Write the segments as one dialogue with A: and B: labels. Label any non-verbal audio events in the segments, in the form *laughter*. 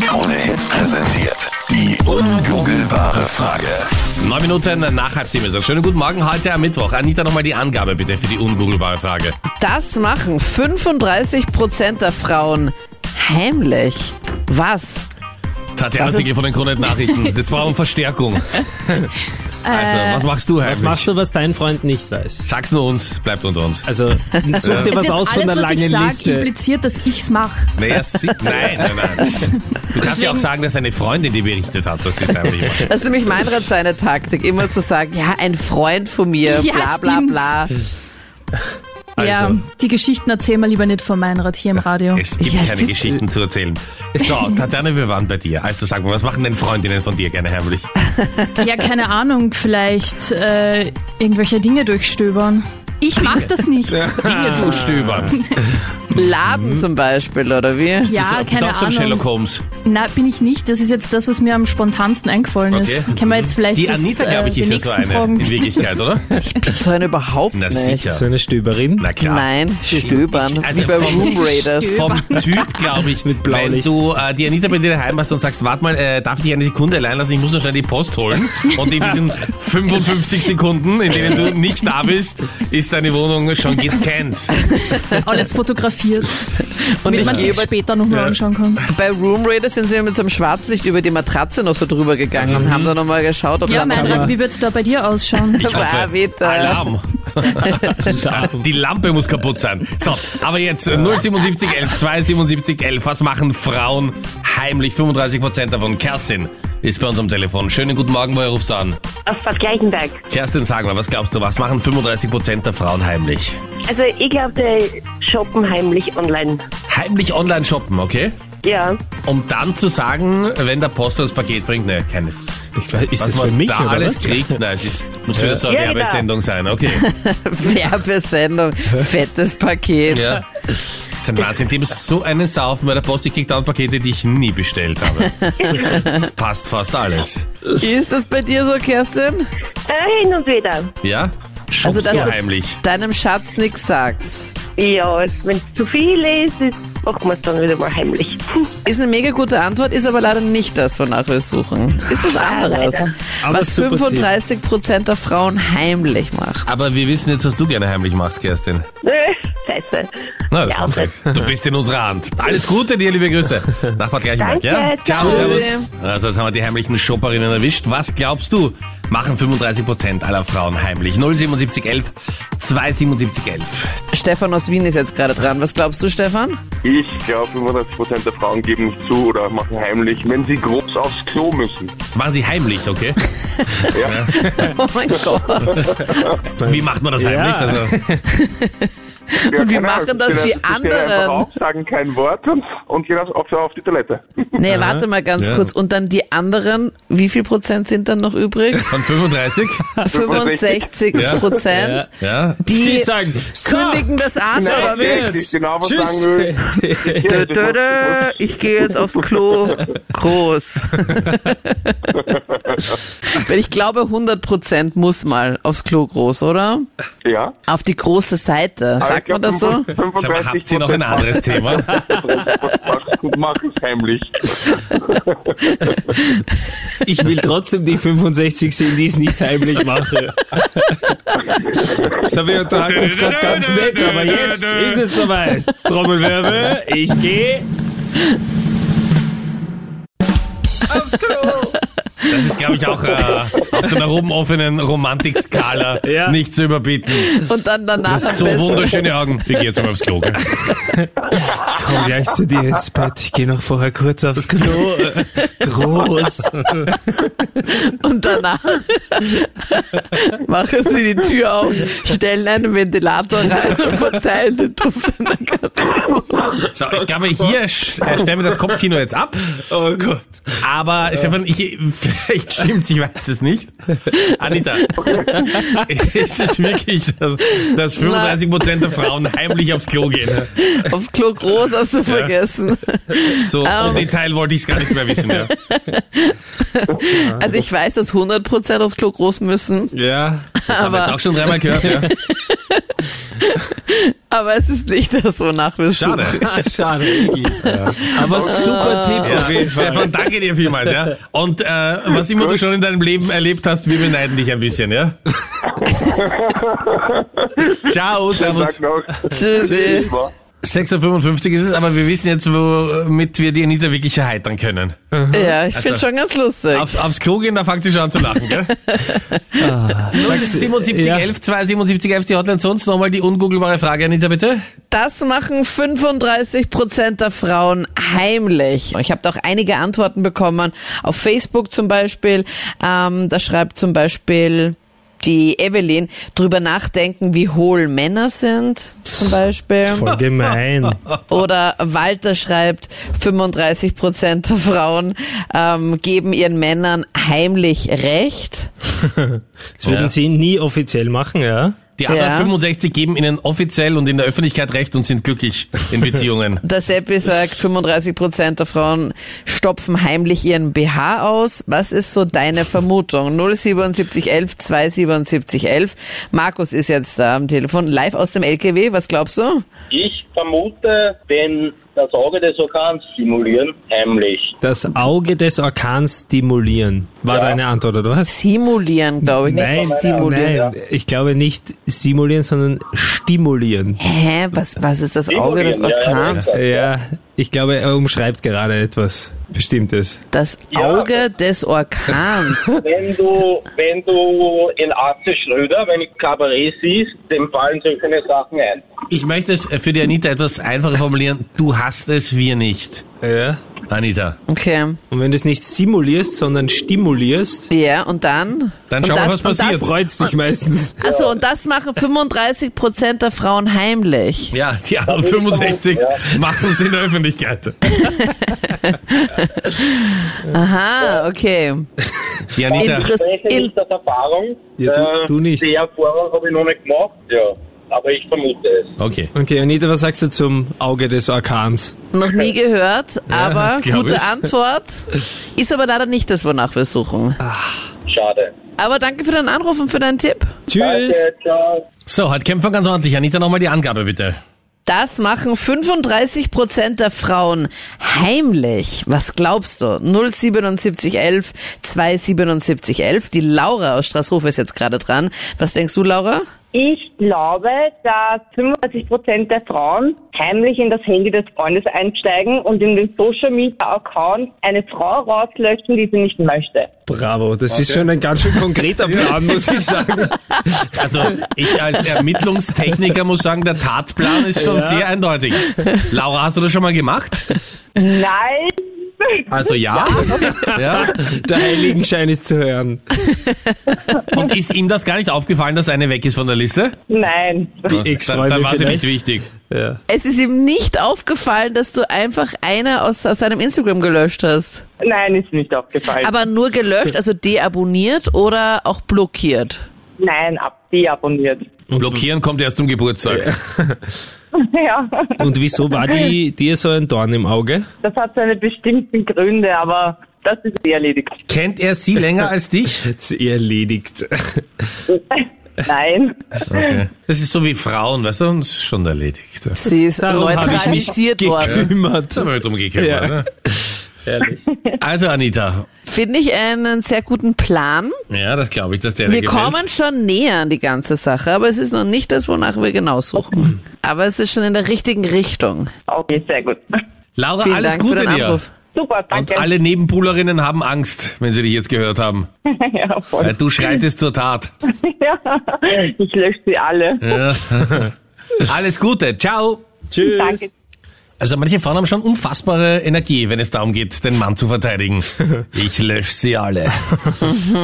A: Krone Hits präsentiert. Die ungoogelbare Frage.
B: Neun Minuten nach halb sieben ist es. Schönen guten Morgen heute am Mittwoch. Anita, nochmal die Angabe bitte für die ungoogelbare Frage.
C: Das machen 35% der Frauen heimlich. Was?
B: Tatjana
C: Das ist-
B: Siegel von den Kronet Nachrichten. Das war um Verstärkung. *laughs* Also, was machst du heimlich?
D: Was machst du, was dein Freund nicht weiß?
B: Sag's nur uns, bleibt unter uns.
D: Also such dir was
E: jetzt
D: aus von
E: alles,
D: einer
E: was ich
D: langen
E: sag,
D: Liste.
E: impliziert, dass ich's mache.
B: Naja, sie, *laughs* nein, nein, nein. Du kannst ja auch sagen, dass eine Freundin dir berichtet hat, dass sie es heimlich
C: *laughs*
B: macht.
C: Das ist nämlich Meinrad seine Taktik, immer zu sagen, ja, ein Freund von mir,
E: Ja,
C: bla bla
E: stimmt.
C: bla.
E: Ja,
D: Also.
E: die Geschichten erzählen wir lieber nicht von Meinrad hier im Radio.
B: Es gibt
C: Ja,
B: keine
C: stimmt.
B: Geschichten zu erzählen. So, Tatjana, wir waren bei dir. Also sag mal, was machen denn Freundinnen von dir gerne heimlich?
E: Ja, keine Ahnung, vielleicht äh, irgendwelche Dinge durchstöbern. Ich mach das
B: *laughs*
E: nicht. Ja,
B: Dinge zu stöbern. Mhm.
C: Laden zum Beispiel, oder wie?
B: Bist du
E: keine
B: auch so ein
E: Ahnung.
B: Sherlock Holmes.
E: Na, bin ich nicht. Das ist jetzt das, was mir am spontansten eingefallen ist.
B: Okay. Mhm.
E: Können wir jetzt vielleicht
B: Die
E: das,
B: Anita, glaube ich,
E: äh,
B: ist
E: den
B: ja so
E: nächsten
B: eine
E: Fragen.
B: in Wirklichkeit, oder?
C: So eine überhaupt
B: Na
C: nicht.
B: sicher.
D: So eine Stöberin.
B: Na klar.
C: Nein, stöbern.
B: Also
C: wie bei
B: vom-
C: Room Raiders.
B: Vom Typ, glaube ich,
D: *laughs* Mit
B: wenn
D: Blaulicht.
B: du äh, die Anita bei dir daheim hast und sagst, warte mal, äh, darf ich dich eine Sekunde allein lassen, ich muss noch schnell die Post holen. Und in
C: *laughs*
B: diesen 55 Sekunden, in denen du nicht da bist, ist deine Wohnung schon gescannt.
E: *laughs* Alles fotografiert,
C: Und
E: damit
C: ich
E: man
C: gehe
E: sich
C: bei,
E: später nochmal anschauen kann.
C: bei Room Raiders sind sie mit so einem Schwarzlicht über die Matratze noch so drüber gegangen
B: Mhm.
C: und haben da nochmal geschaut, ob
E: Ja,
C: das
E: Meinrad, wie wird's da bei dir ausschauen?
B: Ich
C: Ah,
B: hoffe,
C: bitte.
D: *laughs*
B: Alarm. Die Lampe muss kaputt sein. So, aber jetzt äh, 077 11 277 11. Was machen Frauen heimlich? 35% davon. Kerstin ist bei uns am Telefon. Schönen guten Morgen, woher rufst du an?
F: Auf Bad Gleichenberg.
B: Kerstin, sag mal, was glaubst du, was machen 35% der Frauen heimlich?
F: Also ich glaube, die shoppen heimlich online.
B: Heimlich online shoppen, okay?
F: Ja.
B: Um dann zu sagen, wenn der Poster das Paket bringt, ne, keine.
D: Ich weiß, ist
B: was
D: das
B: man
D: für mich
B: da
D: oder
B: alles
D: was?
B: kriegt, nein, es
D: *laughs*
B: ist, muss wieder so eine
F: Ja,
C: genau.
F: ja.
B: Werbesendung sein,
C: *laughs*
B: okay. *laughs*
C: Werbesendung, fettes Paket.
B: Ja. Das ist ein Wahnsinn. Die muss so einen Saufen bei der Post. Ich krieg dann Pakete, die ich nie bestellt
C: *laughs*
B: habe. Das passt fast alles.
C: Ist das bei dir so, Kerstin?
F: Äh, hin und wieder.
B: Ja? Schubst
C: Also,
B: also
C: das-
B: du heimlich.
C: Deinem Schatz nichts sagst.
F: Ja, wenn es zu viel ist, ist machen wir es dann wieder mal heimlich. *laughs*
C: Ist eine mega gute Antwort, ist aber leider nicht das, wonach wir suchen. Ist was anderes.
F: leider.
D: Aber
C: was
D: super
C: 35 Prozent der Frauen heimlich macht.
B: Aber wir wissen jetzt, was du gerne heimlich machst, Kerstin.
F: Nö, Äh, scheiße.
B: Na, das
F: Ja,
B: kommt gleich. Du bist in unserer Hand. Alles Gute dir, liebe Grüße. Nachbar gleich mal,
F: Danke,
B: ja? Ciao,
F: ciao.
B: servus. Also, jetzt haben wir die heimlichen Shopperinnen erwischt. Was glaubst du, machen 35% aller Frauen heimlich? 07711 27711.
C: Stefan aus Wien ist jetzt gerade dran. Was glaubst du, Stefan?
G: Ich glaube, 95% der Frauen geben nicht zu oder machen heimlich, wenn sie groß aufs Klo
C: *laughs*
G: müssen.
B: Machen sie heimlich, okay?
C: Oh mein Gott.
B: Wie macht man das
D: Ja.
B: heimlich? Also,
G: Ja,
C: Und wie
G: keine Ahnung,
C: machen das
G: vielleicht
C: die
G: stehen
C: anderen?
G: Einfach auf, sagen kein Wort und, und gehen auf, auf, auf die Toilette. *laughs*
C: Nee, warte mal ganz
B: Ja.
C: kurz. Und dann die anderen, wie viel Prozent sind dann noch übrig?
B: Von 35?
C: 65
B: Ja.
C: Prozent.
B: Ja.
C: Die
D: Die sagen, so,
C: kündigen das an, oder wie?
G: ich- ich genau was
D: Tschüss.
G: sagen
B: *laughs*
G: will.
C: Dö, dö, dö, ich gehe jetzt aufs Klo. *laughs* Groß. Weil ich glaube, 100% muss mal aufs Klo groß, oder?
G: Ja.
C: Auf die große Seite.
G: Aber ich
C: Sagt man
G: glaub,
C: das so?
G: 35
B: Sag mal, habt ihr noch ein anderes Thema?
G: Machen es heimlich.
D: ich will trotzdem die 65 sehen, die es nicht heimlich mache. Das haben wir unterhalten uns gerade ganz nett, aber jetzt ist es soweit. Trommelwirbel, ich gehe.
B: Das ist, glaube ich, auch äh, auf der nach oben offenen Romantikskala
D: Ja.
B: nicht zu überbieten.
C: Und dann danach am
B: So
C: besten.
B: wunderschöne Augen. Ich gehe jetzt mal aufs Klo. Gell?
D: Ich komme gleich zu dir ins Bett. Ich gehe noch vorher kurz aufs Klo. Groß.
C: *laughs* Und danach *laughs* machen sie die Tür auf, stellen einen Ventilator rein und verteilen den Duft in der ganzen Wohnung.
B: So, ich glaube, hier sch- äh, stellen wir das Kopfkino jetzt ab.
D: Oh Gott.
B: Aber Stefan, ich, vielleicht stimmt's, ich weiß es nicht.
D: *laughs*
B: Anita, ist es wirklich, dass, dass 35% der Frauen heimlich aufs Klo gehen?
C: Aufs Klo groß hast du vergessen.
B: So,
D: Ähm.
B: und den Teil wollte ich gar nicht mehr wissen.
D: *laughs*
B: Ja.
C: Also ich weiß, dass 100% aufs Klo groß müssen.
D: Ja. *laughs*
B: Das haben wir jetzt auch schon dreimal gehört. Ja.
C: Aber es ist nicht das, wonach wir suchen.
B: Schade.
D: Ah, *laughs* Schade, wirklich.
H: Ah.
D: Aber super Tipp
B: Ja,
D: auf jeden Fall.
B: Stefan, danke dir vielmals, ja. Und äh, was immer du schon in deinem Leben erlebt hast, wir beneiden dich ein bisschen,
D: *laughs*
B: ja. Ciao,
G: Sag
B: servus.
G: noch,
C: Tschüss.
B: 6.55 ist es, aber wir wissen jetzt, womit wir die Anita wirklich erheitern können.
C: Ja, ich find's schon ganz lustig.
B: Auf, aufs Klo gehen, da fangt ihr schon an zu lachen, gell?
C: Ah.
B: 77
D: Ja.
B: 11 277 11 die Hotline. Sonst nochmal die ungooglebare Frage, Anita, bitte.
C: Das machen 35 Prozent der Frauen heimlich. Ich habe da auch einige Antworten bekommen. Auf Facebook zum Beispiel, ähm, da schreibt zum Beispiel die Evelyn drüber nachdenken, wie hohl Männer sind, zum Beispiel.
D: Voll gemein.
C: Oder Walter schreibt, 35 Prozent der Frauen ähm, geben ihren Männern heimlich Recht.
D: Das würden
B: Ja.
D: sie nie offiziell machen, ja?
B: Die anderen
C: Ja.
B: 65 geben ihnen offiziell und in der Öffentlichkeit Recht und sind glücklich in
C: *laughs*
B: Beziehungen.
C: Der Seppi sagt, 35 Prozent der Frauen stopfen heimlich ihren BH aus. Was ist so deine Vermutung? 07711 27711. Markus ist jetzt da am Telefon, live aus dem LKW. Was glaubst du?
H: Ich vermute, wenn das Auge des Orkans simulieren, heimlich.
D: Das Auge des Orkans stimulieren. War deine Antwort, oder was?
C: Simulieren, glaube ich.
D: Nein,
C: nicht
D: nein,
C: stimulieren.
D: ich glaube nicht simulieren, sondern stimulieren.
C: Hä? Was, was ist das Auge des
H: Simulieren, ja, ja,
C: Orkans?
H: ja.
D: Ja, ich glaube, er umschreibt gerade etwas Bestimmtes.
C: Das
H: Ja.
C: Auge des Orkans.
H: Wenn du, wenn du in Arze Schröder, wenn du Kabarett siehst, dem fallen solche Sachen ein.
B: Ich möchte es für die Anita etwas einfacher formulieren. Du hast es, wir nicht.
D: Ja.
B: Anita.
C: Okay.
D: Und wenn du es nicht simulierst, sondern stimulierst,
C: Ja, und dann?
B: Dann
C: Und
B: schauen wir, was
C: das- und
B: passiert.
D: freut es dich meistens.
C: Das, achso, und das machen 35 Prozent der Frauen heimlich.
B: Ja, die anderen 65 machen es in der Öffentlichkeit.
C: Aha, okay.
B: Die Anita.
C: Interess-
H: Ich spreche nicht aus Erfahrung.
D: Ja, du-
H: Äh,
D: du nicht.
H: Die Erfahrung habe ich noch nicht gemacht, ja. Aber ich vermute es.
B: Okay.
D: Okay, Anita, was sagst du zum Auge des Orkans?
C: Noch nie gehört, aber
B: das glaub
C: gute
B: ich.
C: Antwort. Ist aber leider nicht das, wonach wir suchen.
H: Schade.
C: Aber danke für deinen Anruf und für deinen Tipp.
D: Tschüss.
H: Danke, ciao.
B: So, heute kämpfen wir ganz ordentlich. Anita, nochmal die Angabe, bitte.
C: Das machen 35 Prozent der Frauen heimlich. Was glaubst du? 07711 27711. Die Laura aus Straßhof ist jetzt gerade dran. Was denkst du, Laura?
F: Ich glaube, dass 35 Prozent der Frauen heimlich in das Handy des Freundes einsteigen und in den Social Media Account eine Frau rauslöschen, die sie nicht möchte.
D: Bravo, das ist schon ein ganz schön konkreter Plan, muss *laughs* ich sagen.
B: Also, ich als Ermittlungstechniker muss sagen, der Tatplan ist schon sehr eindeutig. Laura, hast du das schon mal gemacht?
F: Nein,
B: Also ja. ja.
D: Der Heiligenschein ist zu hören.
B: Und ist ihm das gar nicht aufgefallen, dass eine weg ist von der Liste?
F: nein.
D: Die
B: Dann,
D: Ex-Freundin
B: dann war sie
D: vielleicht.
B: nicht wichtig.
D: Ja.
C: Es ist ihm nicht aufgefallen, dass du einfach eine aus, aus seinem Instagram gelöscht hast.
F: Nein, ist nicht aufgefallen.
C: Aber nur gelöscht, also deabonniert oder auch blockiert?
F: nein, ab deabonniert.
B: Blockieren kommt erst zum Geburtstag.
F: *laughs* Ja,
D: Und wieso war die dir so ein Dorn im Auge?
F: das hat seine bestimmten Gründe, aber das ist eh erledigt.
B: *laughs* Kennt er sie länger als dich?
D: Jetzt *laughs* erledigt.
F: Nein.
B: Das ist so wie Frauen, weißt du? Und es ist schon erledigt. Da
C: Sie ist
D: Darum habe ich mich
C: neutralisiert worden.
D: gekümmert.
B: sind wir drum gekümmert.
D: Ja.
B: Ne?
D: Ehrlich.
B: Also Anita,
C: Finde ich einen sehr guten Plan.
B: ja, das glaube ich, dass der dir
C: Wir
B: gefällt.
C: kommen schon näher an die ganze Sache, aber es ist noch nicht das, wonach wir genau suchen. Aber es ist schon in der richtigen Richtung.
I: Ah,
F: Okay, sehr gut.
B: Laura,
C: Vielen
B: alles
C: Dank
B: Gute
C: für den
B: dir.
C: Anruf.
F: Super, danke.
B: Und
I: *laughs*
B: alle Nebenpoolerinnen haben Angst, wenn sie dich jetzt gehört haben.
F: ja, voll.
B: Weil du schreitest zur Tat.
F: Ja. Ich lösche sie alle.
C: *laughs*
B: Ja. Alles Gute, ciao.
D: Tschüss.
F: Danke.
B: Also manche Frauen haben schon unfassbare Energie, wenn es darum geht, den Mann zu verteidigen.
C: *laughs*
B: Ich lösche sie alle.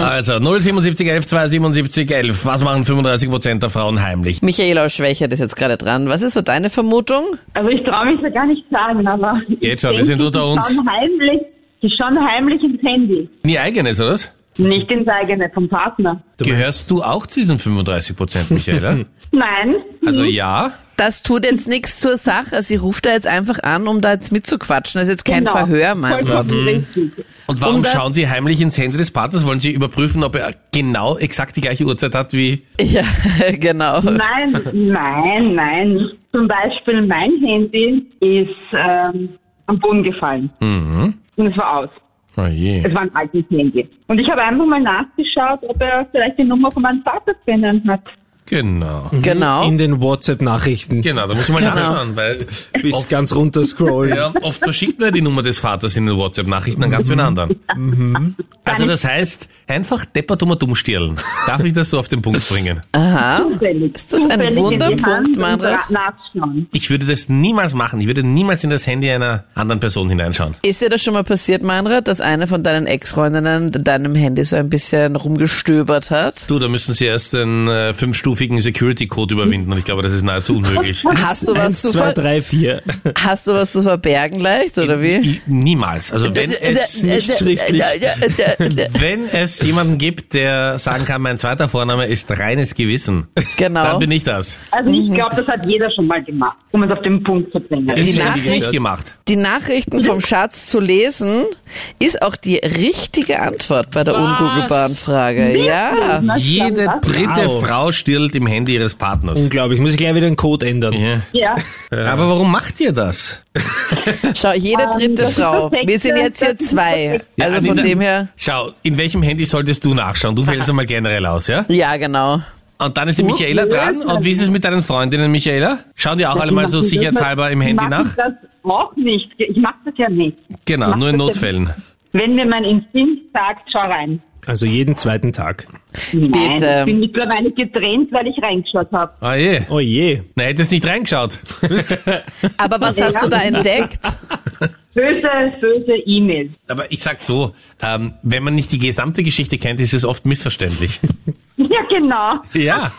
B: Also 077 11 277 11. Was machen 35% der Frauen heimlich?
C: Michael aus Schwächert ist jetzt gerade dran. Was ist so deine Vermutung?
I: Also ich traue mich da gar nicht sagen, aber
B: Geht schon, wir sind unter uns.
I: schon heimlich, schon heimlich ins Handy.
B: Nie eigenes, oder? was?
I: Nicht ins eigene, vom Partner.
B: Gehörst du auch zu diesen 35%, Michaela?
I: Nein,
B: Also ja,
C: das tut jetzt nichts zur Sache. Also Sie ruft da jetzt einfach an, um da jetzt mitzuquatschen. Das ist jetzt kein
I: Genau.
C: Verhör, Mann.
I: Vollkommen richtig.
B: Und warum
C: Und äh, da-
B: schauen Sie heimlich ins Handy des Partners? Wollen Sie überprüfen, ob er genau exakt die gleiche Uhrzeit hat wie...
C: Ja, *laughs* genau.
I: Nein, nein, nein. nicht. Zum Beispiel mein Handy ist ähm, am Boden gefallen.
B: Mhm.
I: Und es war aus.
B: Oh je.
I: Es war ein altes Handy. Und ich habe einfach mal nachgeschaut, ob er vielleicht die Nummer von meinem Vater verändert hat.
B: Genau.
C: Genau.
D: In den WhatsApp-Nachrichten.
B: Genau, da muss ich mal nachschauen, weil
D: Bis
B: oft,
D: ganz runter scrollen.
B: ja, oft verschickt man ja die Nummer des Vaters in den WhatsApp-Nachrichten an ganz wen anderen.
C: Mhm.
B: Also das heißt, einfach deppertummer dummstirlen. Darf ich das so auf den Punkt bringen?
I: Zufällig.
C: Ist das ein
I: Zufällig in die
C: Wunderpunkt,
I: Hand und
C: Manfred?
I: ra- Nachschauen.
B: Ich würde das niemals machen. Ich würde niemals in das Handy einer anderen Person hineinschauen.
C: Ist dir das schon mal passiert, Meinrad, dass eine von deinen Ex-Freundinnen deinem Handy so ein bisschen rumgestöbert hat?
B: Du, da müssen sie erst den äh, fünfstufigen Security-Code überwinden und ich glaube, das ist nahezu unmöglich.
C: Hast du was
D: Eins,
C: zu,
D: zwei,
C: ver
D: drei, vier.
C: hast du was zu verbergen leicht, *laughs* oder wie? Äh,
B: I- Niemals. Also wenn es,
D: nicht schriftlich-
B: wenn es jemanden gibt, der sagen kann, mein zweiter Vorname ist reines Gewissen, dann
C: Genau.
B: bin ich das.
I: Also
C: Mhm.
I: ich glaube, das hat jeder schon mal gemacht, um es auf den Punkt zu bringen.
B: Es ist
C: Nachricht-
B: nicht gemacht.
C: Die
B: *laughs*
C: Nachrichten vom Schatz zu lesen ist auch die richtige Antwort bei der ungoogelbaren Frage. Ja.
I: Na,
B: Jede
I: schau, was?
B: dritte
D: Wow.
B: Frau stirbt im Handy ihres Partners.
D: Unglaublich. Muss ich gleich wieder den Code ändern.
B: Ja.
I: Ja.
B: Aber warum macht ihr das?
C: Schau, jede dritte
I: Ähm, das ist
C: Frau.
I: perfekt.
C: Wir sind jetzt hier
I: Das ist
C: zwei.
I: perfekt.
B: Ja,
C: Also von
B: Anita,
C: dem her.
B: Schau, in welchem Handy solltest du nachschauen? Du fällst einmal generell aus, ja?
C: Ja, genau.
B: Und dann ist die Michaela dran. Und wie ist es mit deinen Freundinnen, Michaela? Schauen die auch alle mal so
I: Ich mach-
B: sicherheitshalber im
I: ich
B: Handy
I: mach
B: nach?
I: das auch nicht. Ich mache das ja nicht.
B: Genau,
I: mach
B: nur in
I: das ja
B: Notfällen.
I: Wenn mir mein Instinkt sagt, schau rein.
D: Also jeden zweiten Tag.
I: Nein,
C: Bitte.
I: ich bin mittlerweile getrennt, weil ich reingeschaut habe.
B: Ah je.
D: Oh je.
B: Na, hättest nicht reingeschaut.
C: Aber was hast du da entdeckt?
I: Böse, böse E-Mails.
B: Aber ich sag so, ähm, wenn man nicht die gesamte Geschichte kennt, ist es oft missverständlich.
I: *laughs* Ja, genau.
B: *laughs* Ja.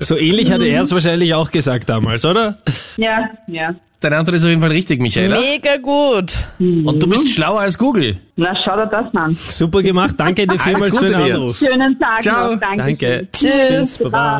D: So ähnlich hatte er es wahrscheinlich auch gesagt damals, oder?
I: Ja, ja.
B: Deine Antwort ist auf jeden Fall richtig, Michaela.
C: Mega gut.
B: Und du bist schlauer als Google.
I: Na, schau dir das mal an.
D: Super gemacht. Danke dir vielmals für
B: Gute
D: den
B: dir.
D: Anruf.
I: Schönen Tag
B: Ciao.
I: noch. Danke.
D: Danke.
C: Tschüss.
D: Tschüss. Baba.